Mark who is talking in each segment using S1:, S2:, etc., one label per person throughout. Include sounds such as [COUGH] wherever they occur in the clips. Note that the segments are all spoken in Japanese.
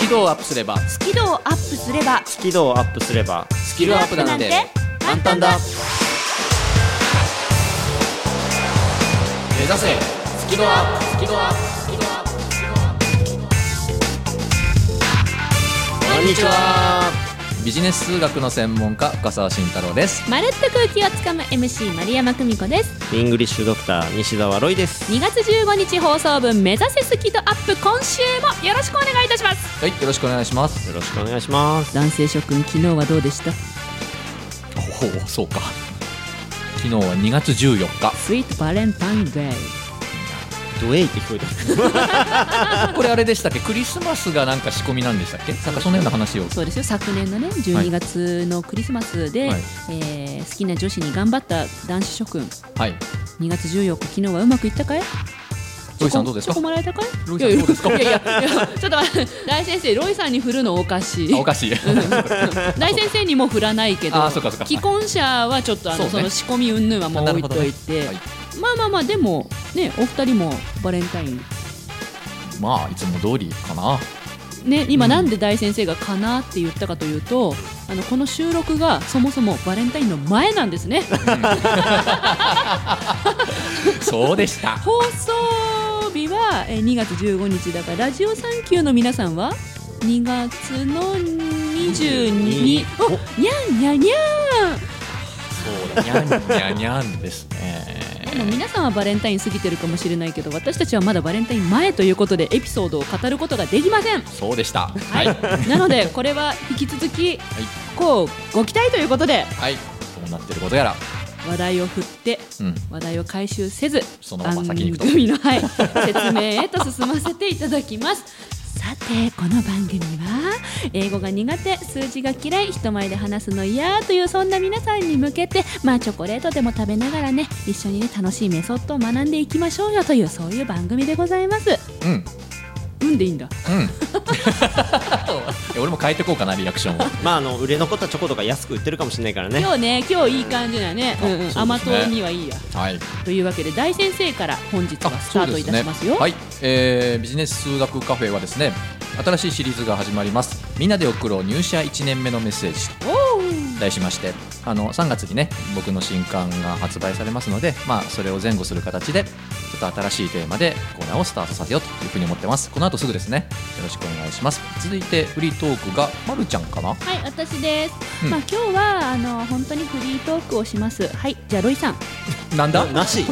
S1: キ度をアップすれば
S2: スキルをアップすれば
S3: スキルをアップすれば
S1: スキルアップなんて簡単だ目指せスキルアップスキルアップスキルアップこんにちはビジネス数学の専門家深澤慎太郎です
S2: まるっと空気をつかむ MC 丸山久美子です
S3: イングリッシュドクター西澤ロイです
S2: 2月15日放送分目指せスキルアップ今週もよろしくお願いいたします
S1: はいよろしくお願いします
S3: よろしくお願いします
S2: 男性諸君昨日はどうでした
S1: おおそうか昨日は2月14日 [LAUGHS]
S2: スイートバレンタインデー
S3: ドエイって聞こえた
S1: これあれでしたっけクリスマスがなんか仕込みなんでしたっけなんかそのような話を
S2: そうですよ昨年のね12月のクリスマスで、
S1: はい
S2: えー好きな女子に頑張った男子諸君
S1: はい
S2: 2月14日昨日はうまくいったかい
S1: ロイさんどうですか
S2: チョコもらえたかい
S1: ロイさんどうですか
S2: いやいやいやいやちょっと待って大先生ロイさんに振るのおかしい
S1: あおかしい [LAUGHS]
S2: 大先生にも振らないけど
S1: あそうかそうか
S2: 既婚者はちょっとあの
S1: そ
S2: そ,、
S1: うね
S2: の仕込み云々はもう置いといて、
S1: はい
S2: まあまあまあでもねお二人もバレンタイン
S1: まあいつも通りか [LAUGHS] な
S2: ね今
S1: うん
S2: なんで大先生が「かな」って言ったかというと、あのこの収録がそもそもバレンタインの前なんで
S1: [LAUGHS]
S2: すね
S1: そうでした
S2: 放送日はえー2月15日だからラジオサンキューの皆さんは2月の22おにゃんにゃんにゃん
S1: そうだにゃんにゃんにゃんですね
S2: でも皆さんはバレンタイン過ぎてるかもしれないけど私たちはまだバレンタイン前ということでエピソードを語ることができません
S1: そうでしたはいは
S2: なのでこれは引き続き
S1: い
S2: こうご期待ということで
S1: はいどうなってることやら
S2: 話題を振って
S1: うん
S2: 話題を回収せず
S1: そのまま先に行くと
S2: 番組の、はい、説明へと進ませていただきます [LAUGHS] さてこの番組は英語が苦手数字が嫌い人前で話すの嫌というそんな皆さんに向けてまあチョコレートでも食べながらね一緒にね楽しいメソッドを学んでいきましょうよというそういう番組でございます
S1: うんうん
S2: うんでいいんだ [LAUGHS]
S1: いや俺も変えてこうかなリアク
S2: [LAUGHS]
S1: ションを
S3: [LAUGHS] まああの売れ残ったチョコとか安く売ってるかもしれないからね
S2: 今日ね今日いい感じだね
S1: あ
S2: うん
S1: そう
S2: う
S1: で
S2: ん
S1: すね
S2: 甘党にはいいや
S1: はい
S2: というわけで大先生から本日は
S1: あ
S2: ス
S1: そ
S2: タ
S1: う
S2: ート
S1: で
S2: い
S1: す
S2: た
S1: ね
S2: しますよ
S1: はい、えービジネス数学カフェはですね新しいシリーズが始まりますみんなで送ろう入社1年目のメッセージ
S2: おー
S1: と題しましてあの3月にね僕の新刊が発売されますのでまあそれを前後する形でちょっと新しいテーマでコーナーをスタートさせようというふうに思ってますこの後すぐですねよろしくお願いします続いてフリートークがまるちゃんかな
S2: はい、私です。
S1: うん
S2: まあ今日はあの本当にフリートークをします。はい、じゃあロイさん。
S1: なんだ
S3: ななし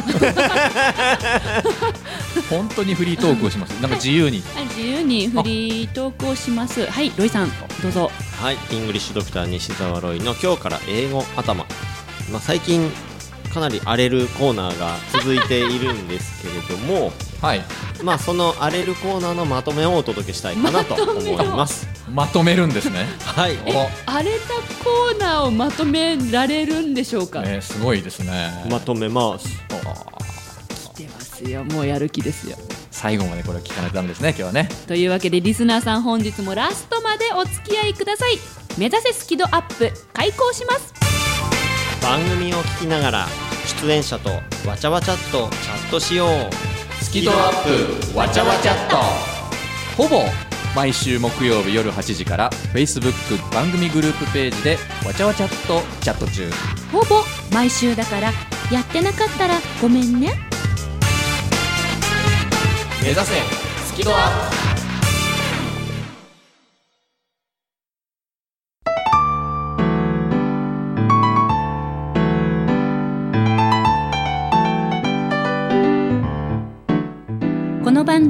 S1: 本当にフリートークをしますなんか自由に
S2: はい、自由にフリートークをします。はい、ロイさん、どうぞ。
S3: はいイングリッシュドクター西澤ロイの今日から英語頭まあ最近かなり荒れるコーナーが続いているんですけれど [LAUGHS] も
S1: はい
S3: まあその荒れるコーナーのまとめをお届けしたいかなと思います
S1: まとめるんですね
S3: はい
S1: お
S2: 荒れたコーナーをまとめられるんでしょうか。
S1: ねすごいですね
S3: まとめます
S2: 来てますよ、もうやる気ですよ。
S1: 最後までこれを聞かないとダメですね今日はね
S2: というわけでリスナーさん本日もラストまでお付き合いください。目指せスキドアップ開講します。
S3: 番組を聞きながら出演者とわちゃわちゃっとチャットしよう
S1: スキドアップわちゃわちゃっとほぼ毎週木曜日夜8時から Facebook 番組グループページでわちゃわちゃっとチャット中
S2: ほぼ毎週だからやってなかったらごめんね。
S1: 目指せスキドアッ
S2: この番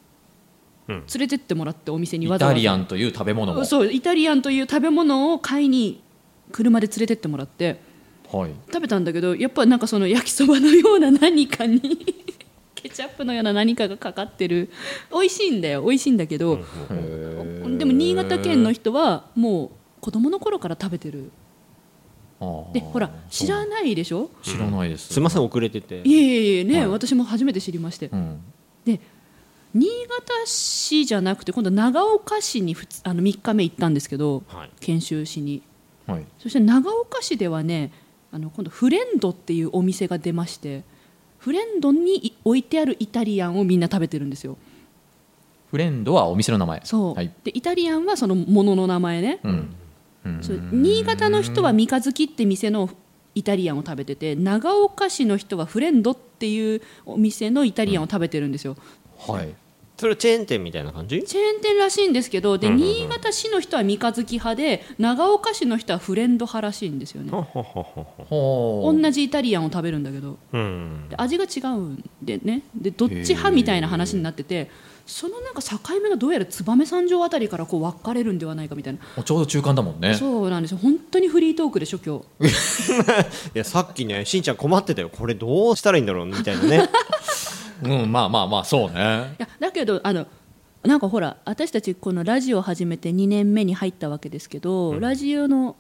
S4: 連れてってもらってお店にわ
S1: イ
S4: ざわ
S1: タ
S4: ざ
S1: リアンという食べ物も
S4: そうイタリアンという食べ物を買いに車で連れてってもらって
S1: はい
S4: 食べたんだけどやっぱなんかその焼きそばのような何かに [LAUGHS] ケチャップのような何かがかかってる美味しいんだよ美味しいんだけど、でも新潟県の人はもう子供の頃から食べてるでほら知ら
S1: い
S4: ないでしょ
S1: 知らないです
S3: すいません遅れてて
S4: いえいえいえね、
S1: はい
S4: 私も初めて知りまして
S1: うん
S4: で新潟市じゃなくて今度長岡市にふつあの3日目行ったんですけど
S3: はい
S4: 研修しに
S1: はい
S4: そして長岡市ではねあの今度フレンドっていうお店が出ましてフレンドにい置いてあるイタリアンをみんな食べてるんですよ
S1: フレンドはお店の名前
S4: そう、
S1: はい
S4: でイタリアンはそのものの名前ね、
S1: うんうん
S4: そう新潟の人は三日月って店のイタリアンを食べてて長岡市の人はフレンドっていうお店のイタリアンを食べてるんですよ、
S1: はい
S3: それチェーン店みたいな感じ
S4: チェーン店らしいんですけどで、
S3: うんうんうん
S4: 新潟市の人は三日月派で長岡市の人はフレンド派らしいんですよね
S3: ほほほほほ
S1: ほう
S4: 同じイタリアンを食べるんだけど
S3: うん
S4: で味が違うんでねでどっち派みたいな話になっててそのなんか境目がどうやら燕三条あたりからこう分かれるんではないかみたいな
S1: ちょうど中間だもんね
S4: そうなんですよ本当にフリートークでしょ今日
S3: いやさっきねしんちゃん困ってたよこれどうしたらいいんだろうみたいなね
S1: うんまあまあまあそうね
S4: いやだけどあのなんかほら私たちこのラジオを始めて2年目に入ったわけですけど、ラジオの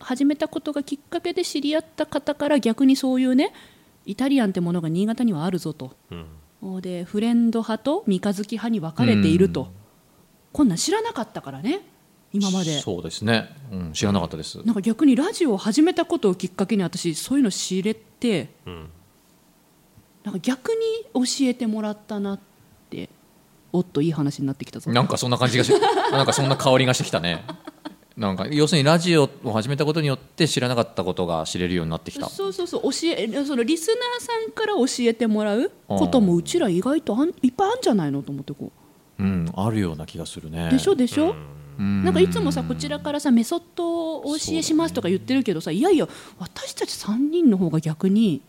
S4: 始めたことがきっかけで知り合った方から逆にそういうねイタリアンってものが新潟にはあるぞと
S3: うん
S4: でフレンド派と三日月派に分かれていると、こんなん知らなかったからね今まで
S1: そうですね、うん、知らなかったです
S4: なんか逆にラジオを始めたことをきっかけに私そういうの知れて
S3: うん
S4: なんか逆に教えてもらったなっておっといい話になってきたぞ
S1: なんかそんな感じが
S4: [LAUGHS]
S1: してなんかそんな香りがしてきたねなんか要するにラジオを始めたことによって知らなかったことが知れるようになってきた
S4: そうそうそう教えそのリスナーさんから教えてもらうこともうちら意外とあんいっぱいあるんじゃないのと思ってこ
S1: うんあるような気がするね
S4: うでしょでしょ、
S1: うん
S4: なんかいつもさこちらからさメソッドをお教えしますとか言ってるけどさ、いやいや私たち3人の方が逆に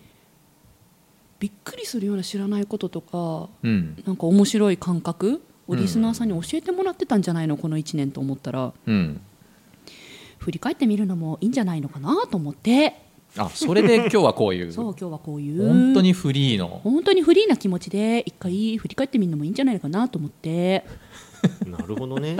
S4: びっくりするような知らないこととか
S1: うん
S4: なんか面白い感覚をリスナーさんに教えてもらってたんじゃないのこの1年と思ったら
S1: うん
S4: 振り返ってみるのもいいんじゃないのかなと思って
S1: あそ
S4: [LAUGHS]
S1: れで今日はこういう
S4: そう今日はこういう
S1: 本当にフリーの
S4: 本当にフリーな気持ちで一回振り返ってみるのもいいんじゃないかなと思って
S3: なるほどね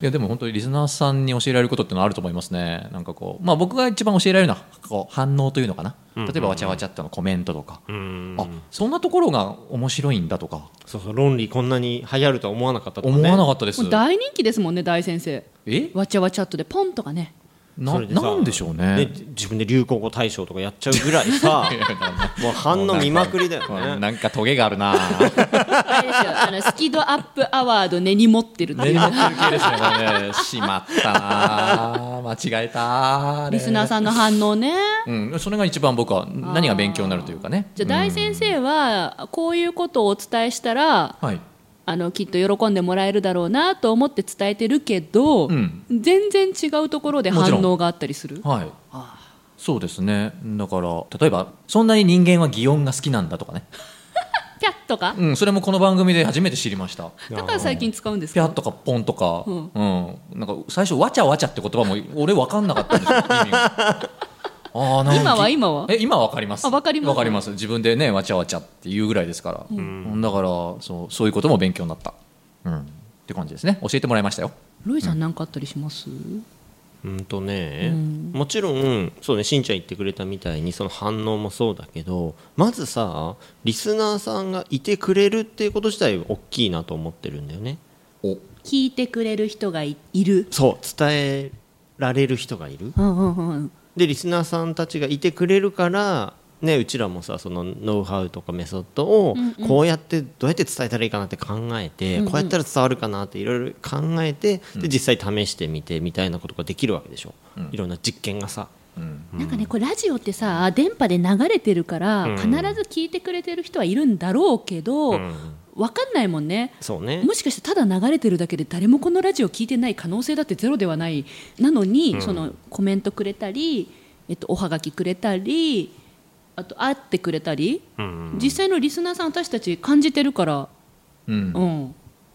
S1: いやでも本当にリスナーさんに教えられることってのはあると思いますねなんかこうまあ僕が一番教えられるのはこう反応というのかな
S3: うんうん
S1: 例
S3: うん
S1: えばわちゃわちゃっとのコメントとか
S3: うん
S1: あそんなところが面白いんだとか
S3: そうそう論理こんなに流行るとは思わなかったとか、ね、
S1: 思わなかったです
S4: もう大人気ですもんね大先生
S1: え
S4: わちゃわちゃっとでポンとかね
S1: な
S3: それさ
S1: なんでしょうね
S3: ねじ自分で流行語大賞とかやっちゃうぐらい
S1: [LAUGHS]
S3: さもう反応見まくりだよね
S1: なんかトゲがある
S4: [LAUGHS]
S1: な
S4: あれですよあのスキドアップアワード根に持ってるっていう、
S1: 系ですよねしまったな
S4: [LAUGHS]
S1: 間違えた
S4: リスナーさんの反応ね
S1: うん、それが一番僕は何が勉強になるというかね
S4: じゃあ大先生はこういうことをお伝えしたら
S1: はい
S4: あのきっと喜んでもらえるだろうなと思って伝えてるけど、
S1: うん
S4: 全然違うところで反応があったりする
S1: はいそうですねだから例えばそんなに人間は擬音が好きなんだとかね
S4: ピャッとか
S1: [LAUGHS] うん、それもこの番組で初めて知りました。
S4: だから最近使うんです
S1: ピャ
S4: か
S1: ッとかポンとか、
S4: う
S1: うんん、なんか最初わちゃわちゃって言葉も俺わかんなかったんですよ。意味があーなんか
S4: 今は今は
S1: え今わかります。
S4: あわかります
S1: わかります。自分でねわちゃわちゃって言うぐらいですから。うんだからそうそういうことも勉強になった。うんって感じですね。教えてもらいましたよ。
S4: ロイさん何かあったりします、
S3: うんとね、
S4: うん
S3: もちろんそうねしんちゃん言ってくれたみたいにその反応もそうだけどまずさリスナーさんがいてくれるっていうこと自体大きいなと思ってるんだよね
S1: お
S4: 聞いてくれる人がいいる
S3: そう伝えられる人がいる
S4: うんうんうん
S3: でリスナーさんたちがいてくれるからね、うちらもさそのノウハウとかメソッドをこうやってどうやって伝えたらいいかなって考えて、こうやったら伝わるかなっていろいろ考えてで実際試してみてみたいなことができるわけでしょ、いろんな実験がさ、
S4: なんかねこれラジオってさ電波で流れてるから、
S3: うん
S4: 必ず聞いてくれてる人はいるんだろうけど、
S3: うん
S4: わかんないもんね
S3: そうね
S4: もしかしてただ流れてるだけで誰もこのラジオ聞いてない可能性だってゼロではないなのに、そのコメントくれたり、えっと、おはがきくれたりあと会ってくれたり、
S3: うん
S4: 実際のリスナーさん私たち感じてるから、
S1: うん、
S4: うん、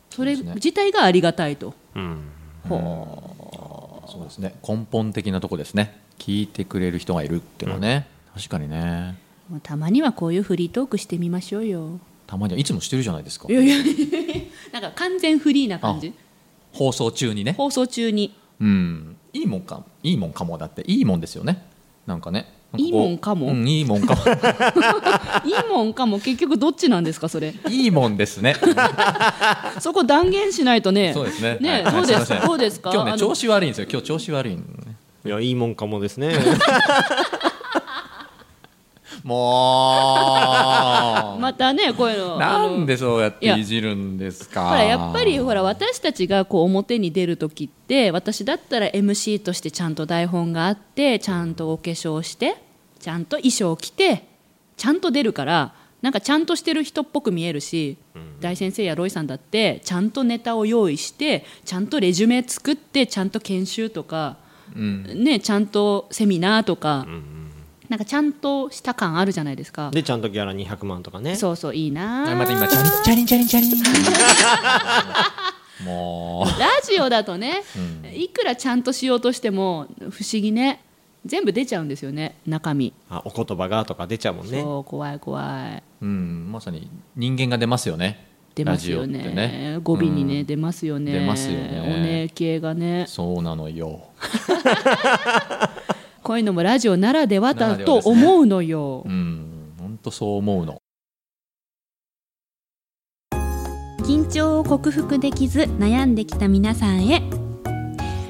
S4: それ
S1: そうですね
S4: 自体がありがたいと。
S3: うん
S1: そうですね。根本的なとこですね。聞いてくれる人がいるっていうのはね、確かにね。
S4: まあたまにはこういうフリートークしてみましょうよ
S1: たまにはいつもしてるじゃないですか
S4: い。やいや [LAUGHS] なんか完全フリーな感じ
S1: 放送中にね。
S4: 放送中に
S1: うん、いいもんかいいもんかもだっていいもんですよねなんかねなん
S4: いい
S1: こう
S4: もんかも
S1: うんいいもん
S4: [LAUGHS]
S1: かも
S4: いいもんかも結局どっちなんですかそれ
S1: いいもんですね
S4: そこ断言しないとね
S1: そうですね
S4: ね
S1: はい
S4: どうです
S1: はいすいません
S4: どうですか
S1: 今日
S4: あ
S1: ね
S4: の
S1: 調子悪いんですよ今日調子悪いのね
S3: いやいいもんかもですね
S4: [LAUGHS]
S1: もう
S4: またねこういうの
S1: なん
S4: で
S1: でそうやっ
S4: いや
S1: ていじるんですか
S4: ほらやっぱりほら私たちがこう表に出る時って私だったら MC としてちゃんと台本があってちゃんとお化粧してちゃんと衣装着てちゃんと出るからなんかちゃんとしてる人っぽく見えるし、大先生やロイさんだってちゃんとネタを用意してちゃんとレジュメ作ってちゃんと研修とか、ね、ちゃんとセミナーとか、なんかちゃんとした感あるじゃないですか。
S3: でちゃんとギャラ200万とかね
S4: そうそういいな
S1: あ
S4: あ
S1: また今チャリンチャリンチャリンチャリン [LAUGHS] もう
S4: ラジオだとね、いくらちゃんとしようとしても不思議ね全部出ちゃうんですよね中身、
S3: あお言葉がとか出ちゃうもんね
S4: そう怖い怖い
S1: うん、まさに人間が出ますよね。
S4: 出ますよね
S1: ラジオってね
S4: 語尾にね、
S1: うん
S4: 出ますよね
S1: 出ますよね
S4: おね系がね
S1: そうなのよ。
S4: こういうのもラジオならでは
S1: な
S4: だ
S1: らでは
S4: と
S1: ですね
S4: 思うのよ、
S1: うん、本当そう思うの。
S2: 緊張を克服できず悩んできた皆さんへ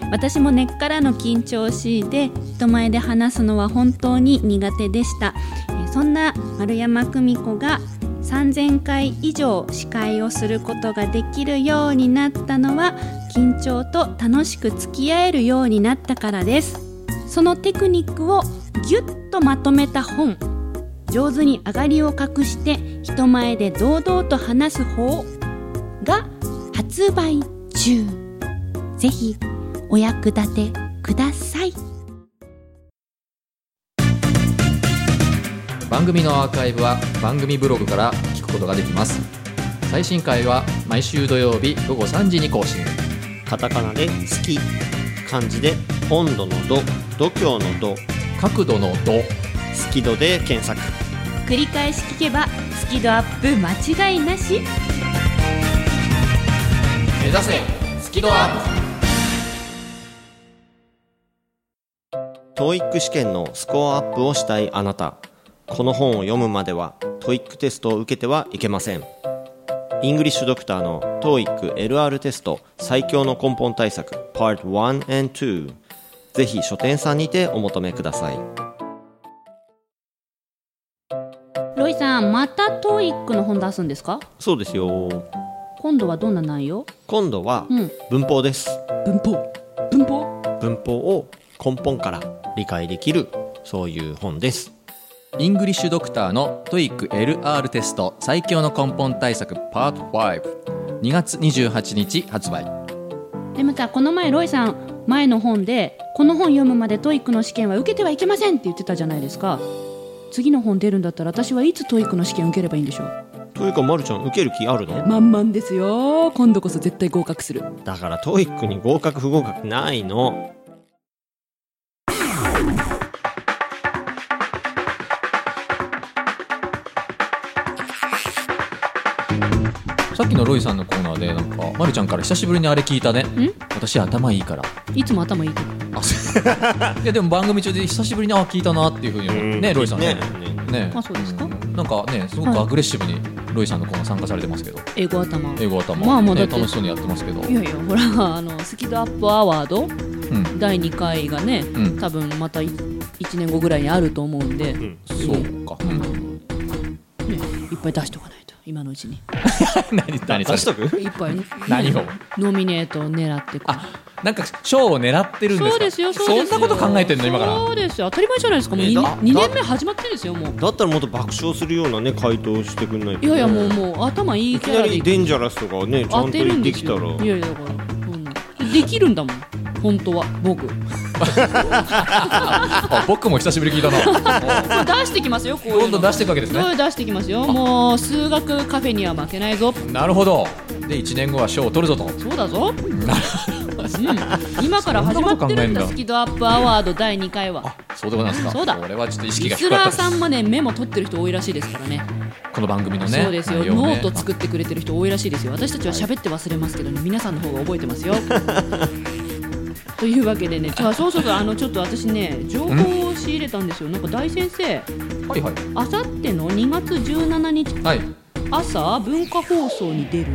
S2: 私も根っからの緊張を強いて人前で話すのは本当に苦手でしたえーそんな丸山久美子が3000回以上司会をすることができるようになったのは緊張と楽しく付き合えるようになったからですそのテクニックをぎゅっとまとめた本上手に上がりを隠して人前で堂々と話す方が発売中ぜひお役立てください
S1: 番組のアーカイブは番組ブログから聞くことができます。最新回は毎週土曜日午後3時に更新。
S3: カタカナで「好き」漢字で「温度の度」「度胸の度」
S1: 角度の度。
S3: 「好き度」で検索
S2: 繰り返し聞けばスキドアップ間違いなし
S1: 目指せスキドアップ。
S3: TOEIC 試験のスコアアップをしたいあなたこの本を読むまでは TOEIC テストを受けてはいけませんイングリッシュドクターの TOEICLR テスト最強の根本対策 Part 1 and 2ぜひ書店さんにてお求めください
S4: ロイさんまた TOEIC の本出すんですか
S3: そうですよ
S4: 今度はどんな内容
S3: 今度は
S4: うん
S3: 文法です、
S4: 文法文法
S3: 文法を根本から理解できるそういう本です
S1: イングリッシュドクターの TOEIC LR テスト最強の根本対策パート5。2月28日発売。
S4: でまたこの前ロイさん前の本でこの本読むまでトイックの試験は受けてはいけませんって言ってたじゃないですか次の本出るんだったら私はいつトイックの試験受ければいいんでしょう
S3: というかまるちゃん受ける気あるの
S4: 満々ですよ今度こそ絶対合格する
S3: だから TOEIC に合格不合格ないの
S1: さっきのロイさんのコーナーでなんか、ま、るちゃんから久しぶりにあれ聞いたね私頭いいから
S4: いつも頭いいけど
S1: あそう [LAUGHS] いやでも番組中で久しぶりにあ聞いたなっていうふうに思ってねロイさんねね
S4: あそうですか
S1: んなんかねすごくアグレッシブにロイさんのコーナー参加されてますけど
S4: 英語頭
S1: 英語頭、
S4: まあまあだ
S1: ね、
S4: って
S1: 楽しそうにやってますけど
S4: いやいやほらあのスキドアップアワード
S1: うん
S4: 第2回がね、
S1: うん
S4: 多分また1年後ぐらいにあると思うんで、ね
S1: そうか、
S4: いっぱい出しとかないと今のうちに
S1: 何何
S3: 出し
S1: そ
S3: と
S1: れ
S3: く
S4: いっぱいね
S1: 何を
S4: ノミネートを狙ってこう
S1: なんか賞を狙ってるんですか
S4: そうですよそうですよ
S1: んなこと考えてんの今から
S4: そうですよ当たり前じゃないですかもう
S3: ね
S4: 2,
S3: だ
S4: 2年目始まってるんですよもう
S3: だったらもっと爆笑するようなね回答をしてくんないと
S4: いやいやもうもう頭いい
S3: いき
S4: キャ
S3: な
S4: ラで
S3: りデンジャラスとかねちゃ
S4: 当
S3: んと
S4: てる
S3: 言
S4: ん
S3: って
S4: で
S3: き
S4: す
S3: た
S4: よ
S3: ら
S4: いやいやだから、うん、できるんだもん本当は
S3: [LAUGHS]
S4: 僕こ
S1: あ僕も久しぶりに聞いたな
S4: れ出してきますよこうい
S1: ど
S4: うんの
S1: どん出していくわけです
S4: すご
S1: ね
S4: い出してきますよもう数学カフェには負けないぞ
S1: なるほどで1年後は賞を取るぞと
S4: そうだぞ、うん、今から始まっ
S1: そんなこと考
S4: てるん
S1: えん
S4: だ
S1: だ
S4: スキドアップアワード第2回は
S1: あそうでございますか
S4: そうだ
S1: これはちょっと意識
S4: リ
S1: が
S4: ス
S1: 低かっ
S4: ラ
S1: た
S4: ー
S1: です
S4: さんもねメモ取ってる人多いらしいですからね
S1: この番組のね
S4: そうですよ、
S1: 内容を
S4: ノ
S1: ね
S4: ート作ってくれてる人多いらしいですよ私たちは喋って忘れますけどね皆さんの方が覚えてますよ [LAUGHS] というわけでね
S1: [LAUGHS]
S4: じゃあそうそうそうあのちょっと私ね情報を仕入れたんですよなんか大先生
S1: はいはい
S4: あさっての2月17日
S1: はい
S4: 朝文化放送に出る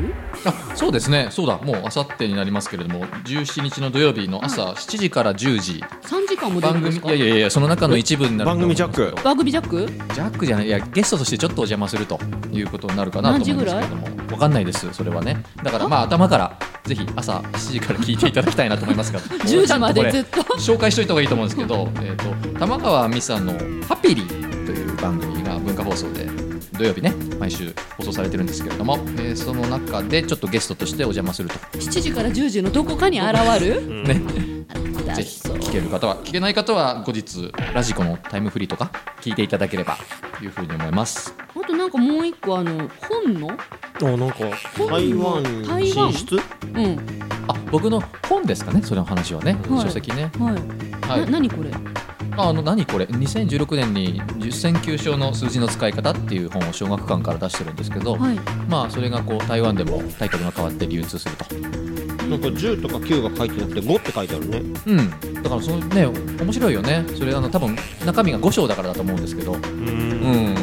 S1: あそうですねそうだもうあさってになりますけれども17日の土曜日の朝7時から10時、
S4: 3時間も出る
S1: 番
S4: んで
S1: 組
S4: す
S1: い
S4: か
S1: やいやいやその中の一部になると思うんですけど
S3: 番組ジャッ
S4: 番組ジャック
S1: ジャックじゃないいやゲストとしてちょっとお邪魔するということになるかなと思うんですけれどもわかんないですそれはねだからまあ頭からぜひ朝7時から聞いていただきたいなと思い
S4: [LAUGHS]
S1: ますが
S4: 10時までずっと
S1: 紹介しといた方がいいと思うんですけど、えー、と玉川美沙の「ハピリ」という番組が文化放送で土曜日ね毎週放送されてるんですけれども、えーその中でちょっとゲストとしてお邪魔すると、
S4: 7時から10時のどこかに現
S1: [LAUGHS]
S4: る
S1: ね
S4: だ
S1: ぜひ
S4: そう
S1: 聞ける方は聞けない方は後日ラジコのタイムフリーとか聞いていただければというふうに思います。
S4: あとなんかもう一個あの本の
S3: あなんか台湾に
S4: 台
S3: 進
S4: 湾
S3: 出
S4: うん
S1: あ僕の本ですかねそれの話はね、
S4: はい
S1: 書籍ね。
S4: はい、
S1: はい
S4: な何これ
S1: ああの何これ2016年に10選9勝の数字の使い方っていう本を小学館から出してるんですけど、
S4: はい
S1: まあそれがこう台湾でもタイトルが変わって流通すると、
S3: なんか10とか9が書いてなくて5って書いてあるね
S1: うん、だからそのね面白いよねそれあの多分中身が5章だからだと思うんですけど、
S3: う
S1: うんん、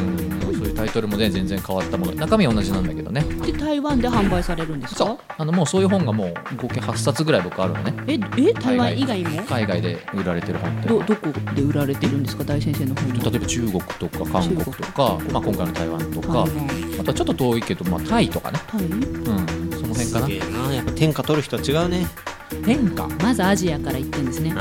S1: そういうタイトルもね全然変わったもの中身は同じなんだけどね
S4: で台湾で販売されるんです
S1: そう
S4: か
S1: あのもうそういう本がもう合計8冊ぐらい僕あるのね
S4: ええ台湾以外も
S1: 海外で売られてる本って
S4: どどこで売られてるんですか大先生の本
S1: 例えば中国とか韓国とか、まあ、今回の台湾とか
S4: 台湾
S1: あとはちょっと遠いけど、まあ、タイとかね、
S4: タイ
S1: うん、その辺か
S3: す
S1: な
S3: げえなやっぱ天下取る人は違うね
S1: 変化
S4: まずアジアから行ってんですね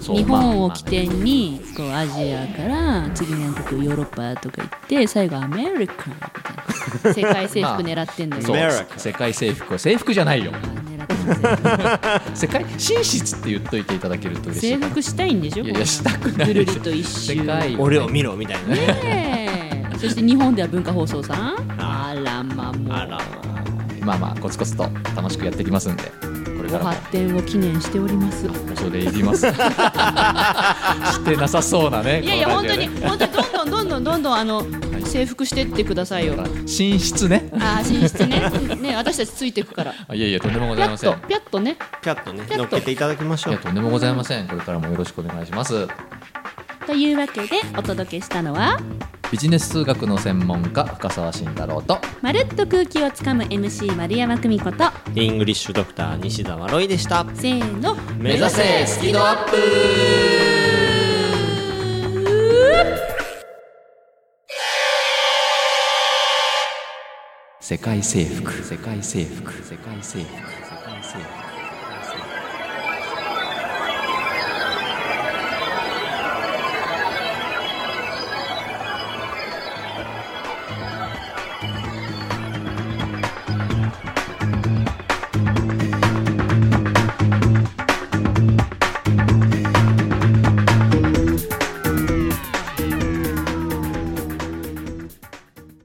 S1: そう
S4: 日
S1: まあ
S4: 本を起点にこうアジアから次なんかこうヨーロッパとか行って最後アメリカみたいな世界征服狙ってんだよ、
S1: そう
S3: America
S1: 世界征服は征服じゃないよ
S4: あ狙ってんだよ
S1: 世界進出って言っといていただけると嬉しいか
S4: 征
S1: な
S4: 服したいんでしょ
S1: いやいやしたくない
S4: ぐるりと一周
S1: 世界
S3: 俺を見ろみたいなね
S4: ねえそして日本では文化放送さんあらまもう
S3: あら
S1: まあまあコツコツと楽しくやっていきますんでこれ
S4: ご
S1: からも
S4: 発展を記念しておりますい
S1: 放送でいきますしてなさそうなね
S4: やいや
S1: この
S4: 本
S1: ラジ
S4: 当
S1: オ
S4: に
S1: ね
S4: 本当にどんどんどんどんどんどんあの征服してってくださいよ
S1: 進出ね
S4: ああ寝室ね [LAUGHS] ね私たちついていくから
S1: あいやいやとんでもご
S4: ピ
S1: ざい
S4: ャ
S1: ま
S4: ッ
S1: せん
S4: とピャッとね
S3: ピャッとね
S4: ピャッと
S3: 乗っけていただきまし
S1: い
S3: ょ
S1: や
S3: う
S1: とんでもございませんこれからもよろしくお願いします
S4: というわけでお届けしたのは
S1: ビジネス数学の専門家深澤慎太郎と
S2: まるっと空気をつかむ MC 丸山久美子と
S3: イングリッシュドクター西澤ロイでした
S2: せーの
S3: 目指せスキドアップ
S1: 世界征服世界征服世界征服世界征服